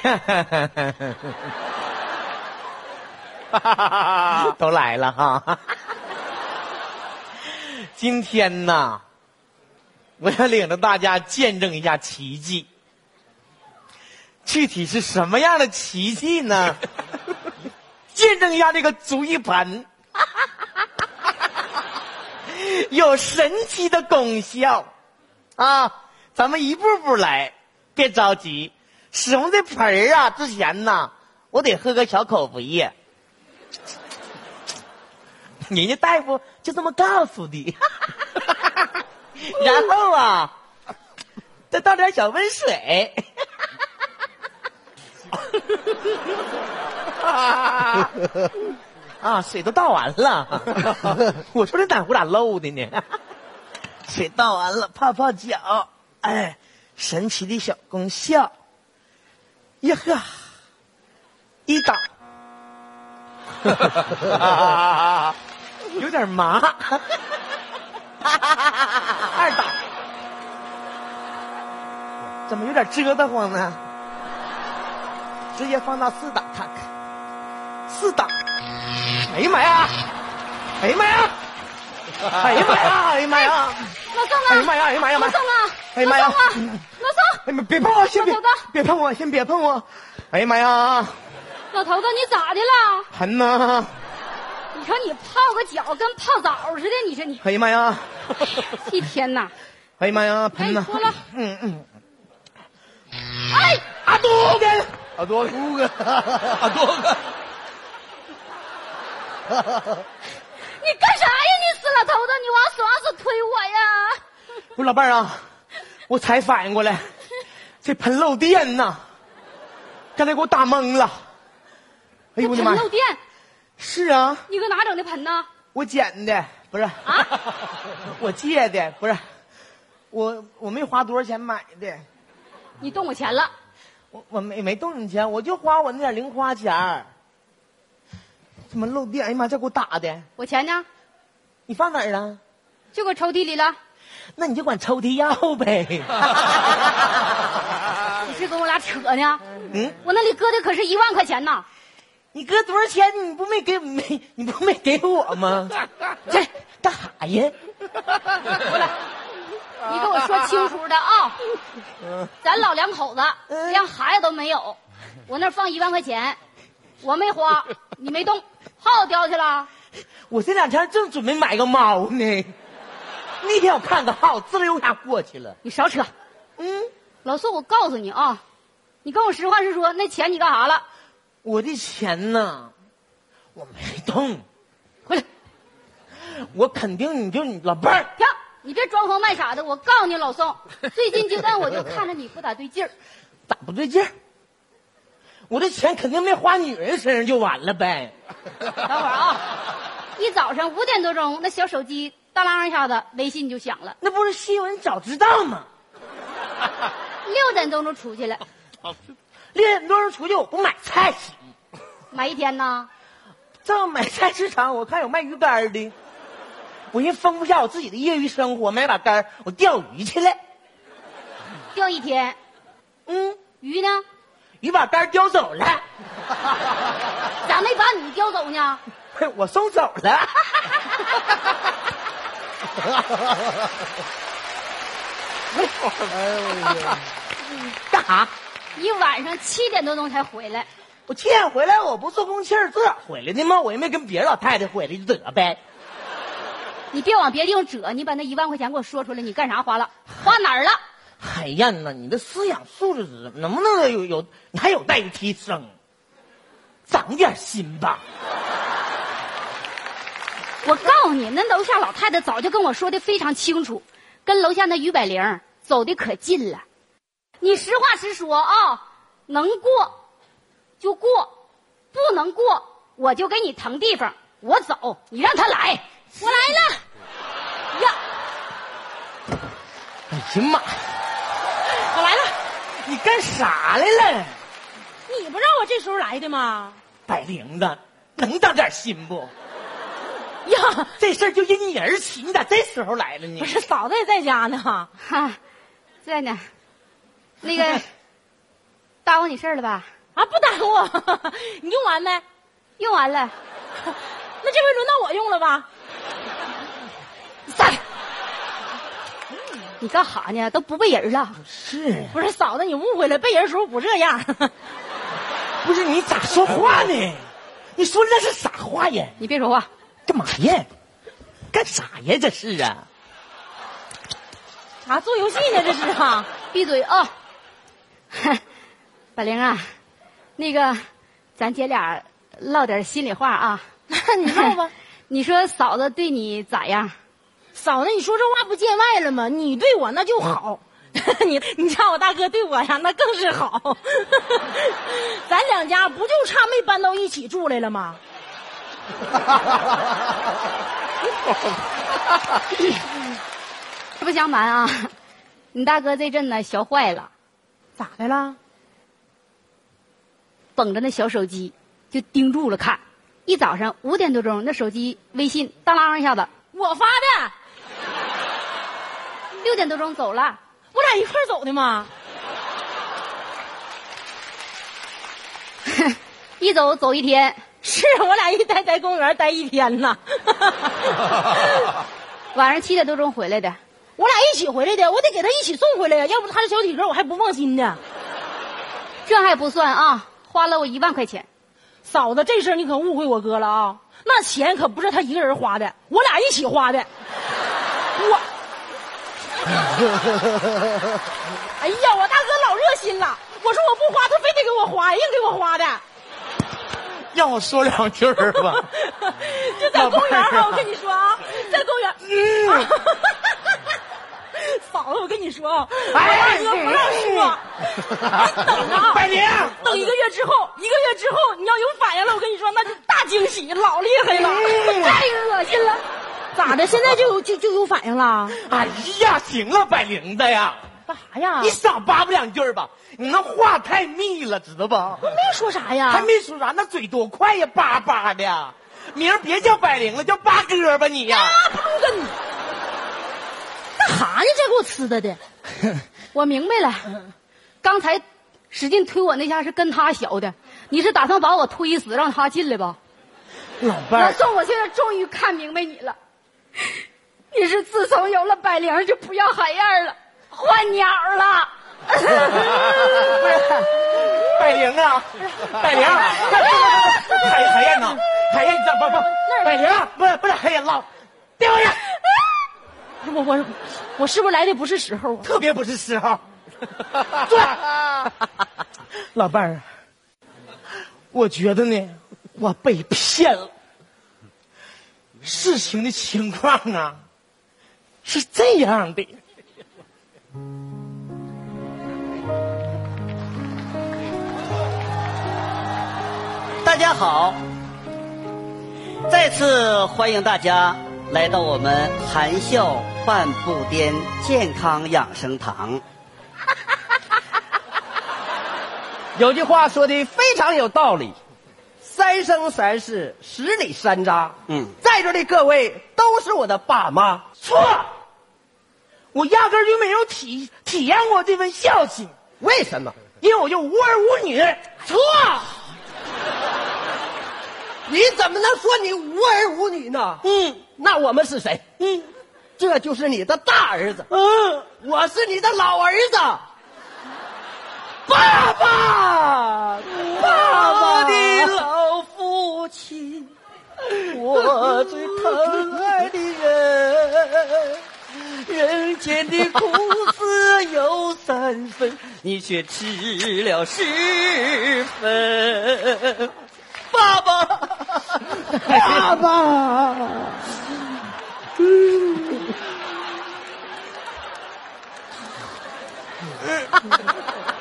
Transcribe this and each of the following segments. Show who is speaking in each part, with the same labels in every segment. Speaker 1: 都来了哈。今天呐，我要领着大家见证一下奇迹。具体是什么样的奇迹呢？见证一下这个足浴盆， 有神奇的功效啊！咱们一步步来，别着急。使用这盆儿啊之前呢，我得喝个小口服液。 人家大夫就这么告诉你， 然后啊，再倒点小温水。 啊，啊水都倒完了， 我说这哪壶咋漏的呢？水倒完了，泡泡脚，哎，神奇的小功效。呀呵，一倒， 有点麻。二倒，怎么有点折得慌呢？直接放到四档看看，四档，哎呀妈呀！哎呀妈呀！哎呀妈呀！哎呀妈呀！
Speaker 2: 老宋啊！
Speaker 1: 哎呀妈呀！哎呀妈呀！
Speaker 2: 老宋啊！
Speaker 1: 哎呀妈呀！
Speaker 2: 老宋，
Speaker 1: 哎妈！别碰我，先别
Speaker 2: 老头子
Speaker 1: 别碰我，先别碰我！哎呀妈呀！
Speaker 2: 老头子，你咋的了？
Speaker 1: 痕呐！
Speaker 2: 你说你泡个脚跟泡澡似的，你说你，
Speaker 1: 哎呀妈呀！
Speaker 2: 一天呐！
Speaker 1: 哎呀妈呀！盆呐！
Speaker 2: 哎说了
Speaker 1: 嗯嗯，
Speaker 2: 哎，
Speaker 1: 阿杜根，
Speaker 3: 啊，多姑哥，啊，多哥，
Speaker 2: 你干啥呀？你死老头子，你往死往死推我呀！
Speaker 1: 我说老伴儿啊，我才反应过来，这盆漏电呐！刚才给我打懵了。哎呦我的妈
Speaker 2: 盆
Speaker 1: 呀！
Speaker 2: 漏电，
Speaker 1: 是啊，
Speaker 2: 你搁哪整的盆呢？
Speaker 1: 我捡的不是
Speaker 2: 啊，
Speaker 1: 我借的不是，我我没花多少钱买的，
Speaker 2: 你动我钱了？
Speaker 1: 我我没没动你钱，我就花我那点零花钱儿。怎么漏电？哎呀妈，这给我打的！
Speaker 2: 我钱呢？
Speaker 1: 你放哪儿了？
Speaker 2: 就搁抽屉里了。
Speaker 1: 那你就管抽屉要呗。
Speaker 2: 你是跟我俩扯呢？
Speaker 1: 嗯，
Speaker 2: 我那里搁的可是一万块钱呢。
Speaker 1: 你搁多少钱？你不没给没你不没给我吗？这干啥呀？
Speaker 2: 你给我说清楚的啊！咱老两口子
Speaker 1: 嗯
Speaker 2: 连孩子都没有，我那儿放一万块钱，我没花，你没动，耗子掉去了。
Speaker 1: 我这两天正准备买个猫呢。那天我看个号，滋溜一下过去了。
Speaker 2: 你少扯！
Speaker 1: 嗯，
Speaker 2: 老宋，我告诉你啊，你跟我实话实说，那钱你干啥了？
Speaker 1: 我的钱呢？我没动，
Speaker 2: 回来，
Speaker 1: 我肯定你就是你老伴儿。
Speaker 2: 停！你别装疯卖傻的，我告诉你，老宋，最近阶段我就看着你不咋对劲儿。
Speaker 1: 咋不对劲儿？我这钱肯定没花女人身上就完了呗。
Speaker 2: 等会儿啊，一早上五点多钟，那小手机当啷一下子，微信就响了。
Speaker 1: 那不是新闻早知道吗？
Speaker 2: 六点多钟出去了，
Speaker 1: 六点多钟出去，我不买菜去。
Speaker 2: 买一天呢。
Speaker 1: 到买菜市场，我看有卖鱼干儿的，我寻思封不下我自己的业余生活，买把竿儿，我钓鱼去了。
Speaker 2: 钓一天，
Speaker 1: 嗯，
Speaker 2: 鱼呢？
Speaker 1: 鱼把竿儿叼走了，
Speaker 2: 咋没把你叼走呢？
Speaker 1: 嘿我送走了。
Speaker 3: 哎呦我的天，
Speaker 1: 干啥？
Speaker 2: 一晚上七点多钟才回来，
Speaker 1: 我七点回来，我不坐公汽儿自个儿回来的吗？我又没跟别人老太太回来，就得呗。
Speaker 2: 你别往别地方折，你把那一万块钱给我说出来，你干啥花了？花哪儿了？
Speaker 1: 哎呀呐，你的思想素质怎么能不能有有？你还有待于提升，长点心吧。
Speaker 2: 我告诉你，那楼下老太太早就跟我说的非常清楚，跟楼下那于百灵走的可近了。你实话实说啊、能过就过，不能过我就给你腾地方，我走，你让他来，我来了，呀，
Speaker 1: 哎呀妈，
Speaker 2: 我来了，
Speaker 1: 你干啥来了？
Speaker 2: 你不让我这时候来的吗？
Speaker 1: 百灵子，能长点心不？
Speaker 4: 呀，
Speaker 1: 这事儿就因你而起，你咋这时候来了呢
Speaker 4: 不？是嫂子也在家呢。
Speaker 2: 哈，在呢，那个大红你事儿了吧？
Speaker 4: 啊，不耽误。你用完没？
Speaker 2: 用完了。
Speaker 4: 那这回轮到我用了吧？
Speaker 2: 散开！你干哈呢？都不背人了。
Speaker 1: 是，
Speaker 4: 不是嫂子，你误会了，背人时候不这样。
Speaker 1: 不是你咋说话呢？你说那是啥话呀？
Speaker 2: 你别说话，
Speaker 1: 干嘛呀？干啥呀？这是啊？
Speaker 4: 啊，做游戏呢这是啊？
Speaker 2: 闭嘴啊！百灵啊，那个，咱姐俩唠点心里话啊。
Speaker 4: 你唠吧。
Speaker 2: 你说嫂子对你咋样？
Speaker 4: 嫂子，你说这话不见外了吗？你对我那就好， 你你家我大哥对我呀，那更是好。 咱两家不就差没搬到一起住来了吗？
Speaker 2: 不相瞒啊，你大哥这阵呢学坏了，
Speaker 4: 咋的了？
Speaker 2: 捧着那小手机就盯住了看，一早上五点多钟，那手机微信当啷一下子，
Speaker 4: 我发的。
Speaker 2: 六点多钟走了，
Speaker 4: 我俩一块走的嘛。
Speaker 2: 一走走一天，
Speaker 4: 是我俩一待在公园待一天呐。
Speaker 2: 晚上七点多钟回来的，
Speaker 4: 我俩一起回来的，我得给他一起送回来呀，要不他的小体格我还不放心呢。
Speaker 2: 这还不算啊，花了我一万块钱。
Speaker 4: 嫂子，这事儿你可误会我哥了啊！那钱可不是他一个人花的，我俩一起花的。我， 哎呀，我大哥老热心了。我说我不花，他非得给我花，硬给我花的。
Speaker 1: 让我说两句儿吧。
Speaker 4: 就在公园吧，我跟你说啊，在公园。嗯、嫂子，我跟你说啊，哎、我大哥不让说。你等啊，
Speaker 1: 百灵，
Speaker 4: 等一个月之后，一个月之后你要有反应了，我跟你说，那就大惊喜，老厉害了，
Speaker 2: 嗯、太恶心了。
Speaker 4: 咋的？现在就有就就有反应了？
Speaker 1: 哎呀，行了，百灵的呀。
Speaker 4: 干啥呀？
Speaker 1: 你少叭叭两句儿吧，你那话太密了，知道吧？
Speaker 4: 我没说啥呀，
Speaker 1: 还没说啥，那嘴多快呀，叭叭的。名儿别叫百灵了，叫八哥吧你呀。
Speaker 4: 不跟你干哈呢？这给我呲的的。
Speaker 2: 我明白了， 刚才使劲推我那下是跟他学的，你是打算把我推死，让他进来吧？
Speaker 1: 老伴 儿，
Speaker 2: 算我现在终于看明白你了，你是自从有了百灵就不要海燕了。换鸟了，
Speaker 1: 百灵啊，百灵， 海海燕呐，海燕你咋不不？百灵啊不是不是海燕老，别回来！
Speaker 4: 我我我是不是来的不是时候啊？
Speaker 1: 特别不是时候。对，老伴儿，我觉得呢，我被骗了。事情的情况啊，是这样的。
Speaker 5: 大家好，再次欢迎大家来到我们含笑半步癫健康养生堂。
Speaker 6: 有句话说的非常有道理，三生三世，十里山楂。
Speaker 5: 嗯，
Speaker 6: 在座的各位都是我的爸妈。
Speaker 1: 错，我压根儿就没有体体验过这份孝心，
Speaker 6: 为什么？
Speaker 1: 因为我就无儿无女。
Speaker 6: 错！你怎么能说你无儿无女呢？
Speaker 1: 嗯，
Speaker 6: 那我们是谁？
Speaker 1: 嗯，
Speaker 6: 这就是你的大儿子，
Speaker 1: 嗯，
Speaker 6: 我是你的老儿子。爸爸，爸
Speaker 1: 我
Speaker 6: 爸的，
Speaker 1: 的老父亲，
Speaker 6: 我最疼爱的人。
Speaker 1: 人间的苦涩有三分，
Speaker 5: 你却吃了十分，爸爸。
Speaker 6: 爸爸，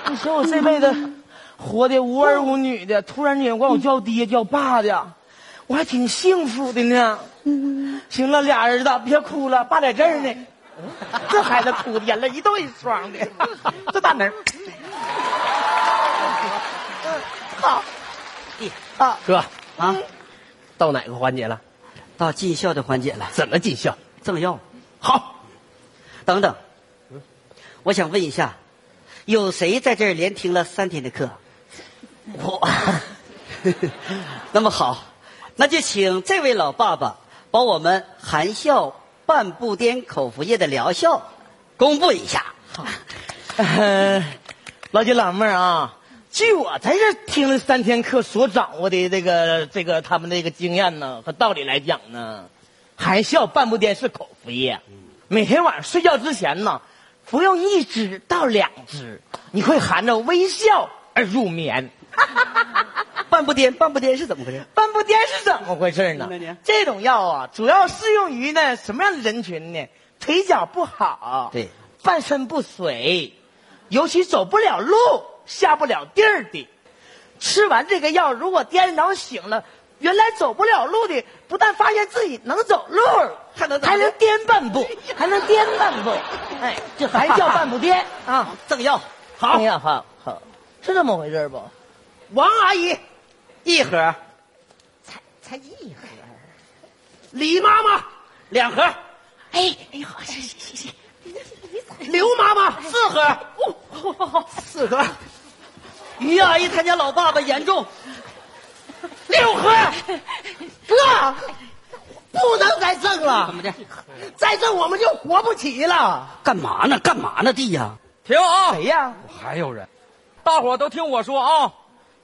Speaker 1: 你说我这辈子活的无儿无女的，突然间管我叫爹叫爸的，我还挺幸福的呢。
Speaker 6: 嗯
Speaker 1: 行了，俩儿子别哭了，爸在这儿呢。这孩子哭的眼泪一对一 双的，这大门儿。好，啊，
Speaker 6: 哥
Speaker 5: 啊，
Speaker 6: 到哪个环节了？
Speaker 5: 到尽孝的环节了，
Speaker 6: 怎么尽孝？
Speaker 5: 正要。
Speaker 6: 好，
Speaker 5: 等
Speaker 1: 嗯
Speaker 5: 等，我想问一下，有谁在这儿连听了三天的课？我， 那么好，那就请这位老爸爸把我们含笑半步颠口服液的疗效公布一下。
Speaker 1: 呃， 老姐老妹儿啊，据我在这儿听了三天课所掌握的这个这个他们这个经验呢和道理来讲呢，含笑半步颠是口服液，每天晚上睡觉之前呢，服用一支到两支，你会含着微笑而入眠。
Speaker 5: 半步颠，半步颠是怎么回事？
Speaker 1: 半步颠是怎么回事呢
Speaker 5: 那呢？
Speaker 1: 这种药啊，主要适用于呢什么样的人群呢？腿脚不好，
Speaker 5: 对，
Speaker 1: 半身不遂，尤其走不了路、下不了地儿的。吃完这个药，如果颠着醒了，原来走不了路的，不但发现自己能走路了，
Speaker 5: 还能走路
Speaker 1: 还能颠半步，还能颠半步，哎，这还叫 半步颠啊！
Speaker 5: 赠药
Speaker 1: 哎呀，好好，是这么回事不？
Speaker 5: 王阿姨一盒，
Speaker 1: 才才一盒。
Speaker 5: 李妈妈两盒，
Speaker 1: 哎，哎呦，是是是，哎哦
Speaker 5: 刘妈妈四盒，四盒。于阿姨她家老爸爸严重，六 盒，
Speaker 1: 哥，不能再挣了，怎么的？再挣我们就活不起了。
Speaker 5: 干嘛呢？干嘛呢？弟呀，
Speaker 1: 哎
Speaker 7: 停啊！
Speaker 1: 谁呀？
Speaker 7: 还有人，大伙儿都听我说啊！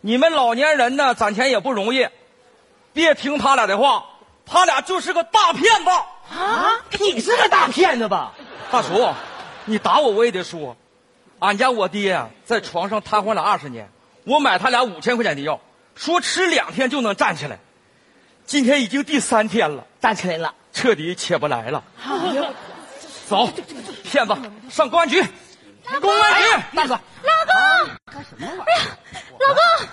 Speaker 7: 你们老年人呢，攒钱也不容易，别听他俩的话，他俩就是个大骗子。
Speaker 1: 啊，你是个大骗子吧？
Speaker 7: 大叔，你打我我也得说，俺家我爹呀在床上瘫痪了二十年，我买他俩五千块钱的药，说吃两天就能站起来，今天已经第三天了，
Speaker 1: 站起来了，
Speaker 7: 彻底起不来了。走，骗子，上公安局，公安局，大哥。
Speaker 4: 老公，哎呀，老公，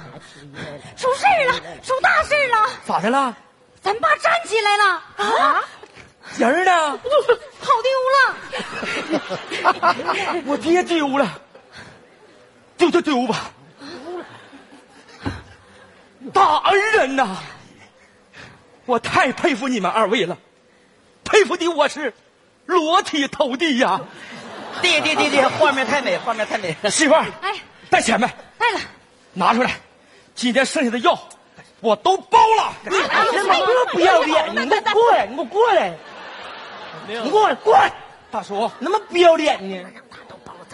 Speaker 4: 出事儿了，出大事儿了，
Speaker 7: 咋的了？
Speaker 4: 咱爸站起来了啊，
Speaker 7: 人呢？
Speaker 4: 跑丢了。
Speaker 7: 我爹丢了，丢就丢吧。大恩人呐，我太佩服你们二位了，佩服的我是裸体投地呀、
Speaker 5: 弟弟弟弟，画面太美，画面太美。
Speaker 7: 媳妇儿，
Speaker 4: 哎，
Speaker 7: 带钱没？
Speaker 4: 带了，
Speaker 7: 拿出来，今天剩下的药我都包了。
Speaker 1: 哎呀，你这不要脸！你给我过来，你给我过来，你给我过来！
Speaker 7: 大叔，
Speaker 1: 你他妈不要脸呢！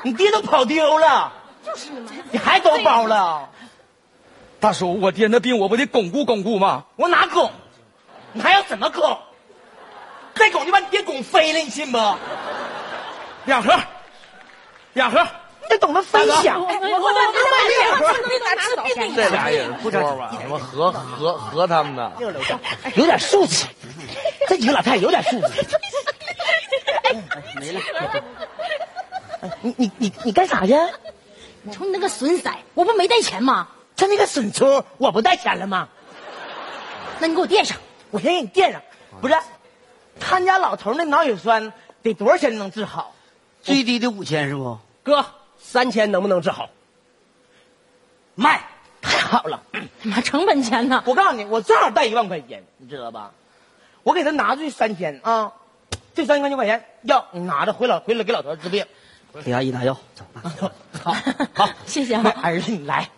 Speaker 1: 你爹都跑丢了，就是你还狗包了？
Speaker 7: 大叔，我爹那病我不得巩固巩固吗？
Speaker 1: 我哪拱？你还要怎么拱？再拱就把你爹拱飞了，你信不？
Speaker 7: 两盒，两盒，
Speaker 1: 你得懂得分享。
Speaker 4: 我我我我我我拿吃冰冰
Speaker 3: 这俩也不说吧，什么和和和他们的，
Speaker 1: 有点素质，这几个老太太有点素质。
Speaker 5: 没了。
Speaker 1: 你哎你你你干啥去？
Speaker 4: 瞅你那个损色，我不没带钱吗？
Speaker 1: 他那个损出，我不带钱了吗？
Speaker 4: 那你给我垫上。
Speaker 1: 我先给你垫上。不是，他家老头那脑血栓得多少钱能治好？
Speaker 5: 最低的五千是不？
Speaker 6: 哥，三千能不能治好？
Speaker 5: 卖，
Speaker 1: 太好 了，
Speaker 4: 妈，成本钱呢？
Speaker 1: 我告诉你，我正好带一万块钱，你知道吧？我给他拿出去三千啊，这三千块钱要你拿着回老回来给老头治 病。
Speaker 5: 给阿姨拿药，走吧。
Speaker 1: 好，好，
Speaker 4: 谢谢啊
Speaker 1: 那儿子，你来，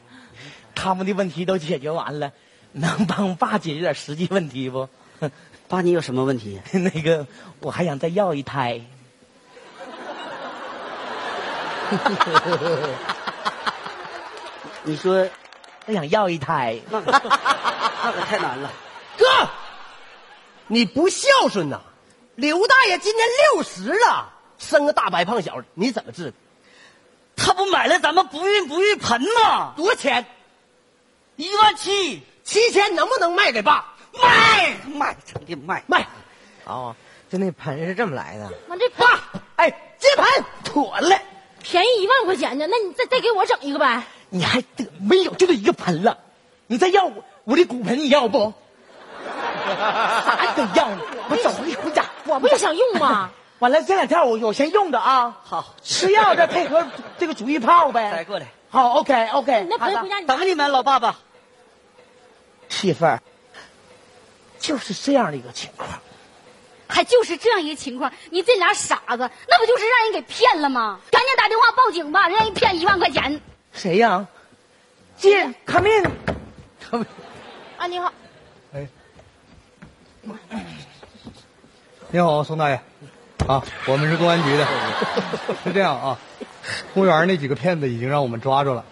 Speaker 1: 他们的问题都解决完了，能帮爸解决点实际问题不？
Speaker 5: 爸，你有什么问题？
Speaker 1: 那个，我还想再要一胎。
Speaker 5: 你说
Speaker 1: 再想要一胎，
Speaker 5: 那个那个太难了。
Speaker 6: 哥，你不孝顺呐！刘大爷今年六十了，生个大白胖小子，你怎么治？
Speaker 5: 他不买了咱们不孕不育盆吗？
Speaker 6: 多少钱？
Speaker 5: 一万七，
Speaker 6: 七千能不能卖给爸？
Speaker 5: 卖卖，成的卖。
Speaker 6: 卖，
Speaker 1: 哦，就那盆是这么来的。
Speaker 4: 妈，这
Speaker 6: 爸，
Speaker 1: 哎，这盆妥了，
Speaker 4: 便宜一万块钱呢，那你再再给我整一个呗。
Speaker 1: 你还得没有就这一个盆了，你再要我我这骨盆你要不？啥都要你，我走回回家。
Speaker 4: 我不也想用吗？
Speaker 1: 完了，这两天我我先用着啊，
Speaker 5: 好，
Speaker 1: 吃药再配合这个煮一泡呗。
Speaker 5: 来过来，
Speaker 1: 好，OK
Speaker 4: 你
Speaker 1: OK，
Speaker 4: 那盆回家你拿
Speaker 5: 哎等你们老爸爸。
Speaker 1: 媳妇儿，就是这样的一个情况。
Speaker 2: 还就是这样一个情况，你这俩傻子，那不就是让人给骗了吗？赶紧打电话报警吧，让人骗一万块钱。
Speaker 1: 谁呀？进，come in。
Speaker 8: 啊，你好，
Speaker 7: 你好，宋大爷，啊，我们是公安局的，是这样啊，公园那几个骗子已经让我们抓住了，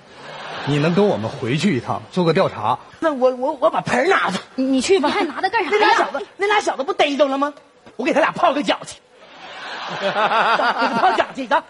Speaker 7: 你能跟我们回去一趟，做个调查？
Speaker 1: 那我我我把盆儿拿着，
Speaker 8: 你你去吧
Speaker 2: 你。还拿它干啥
Speaker 1: 那俩
Speaker 2: 呀？
Speaker 1: 小子那 俩小子不逮着了吗？我给他俩泡个脚去，给他泡脚去，走。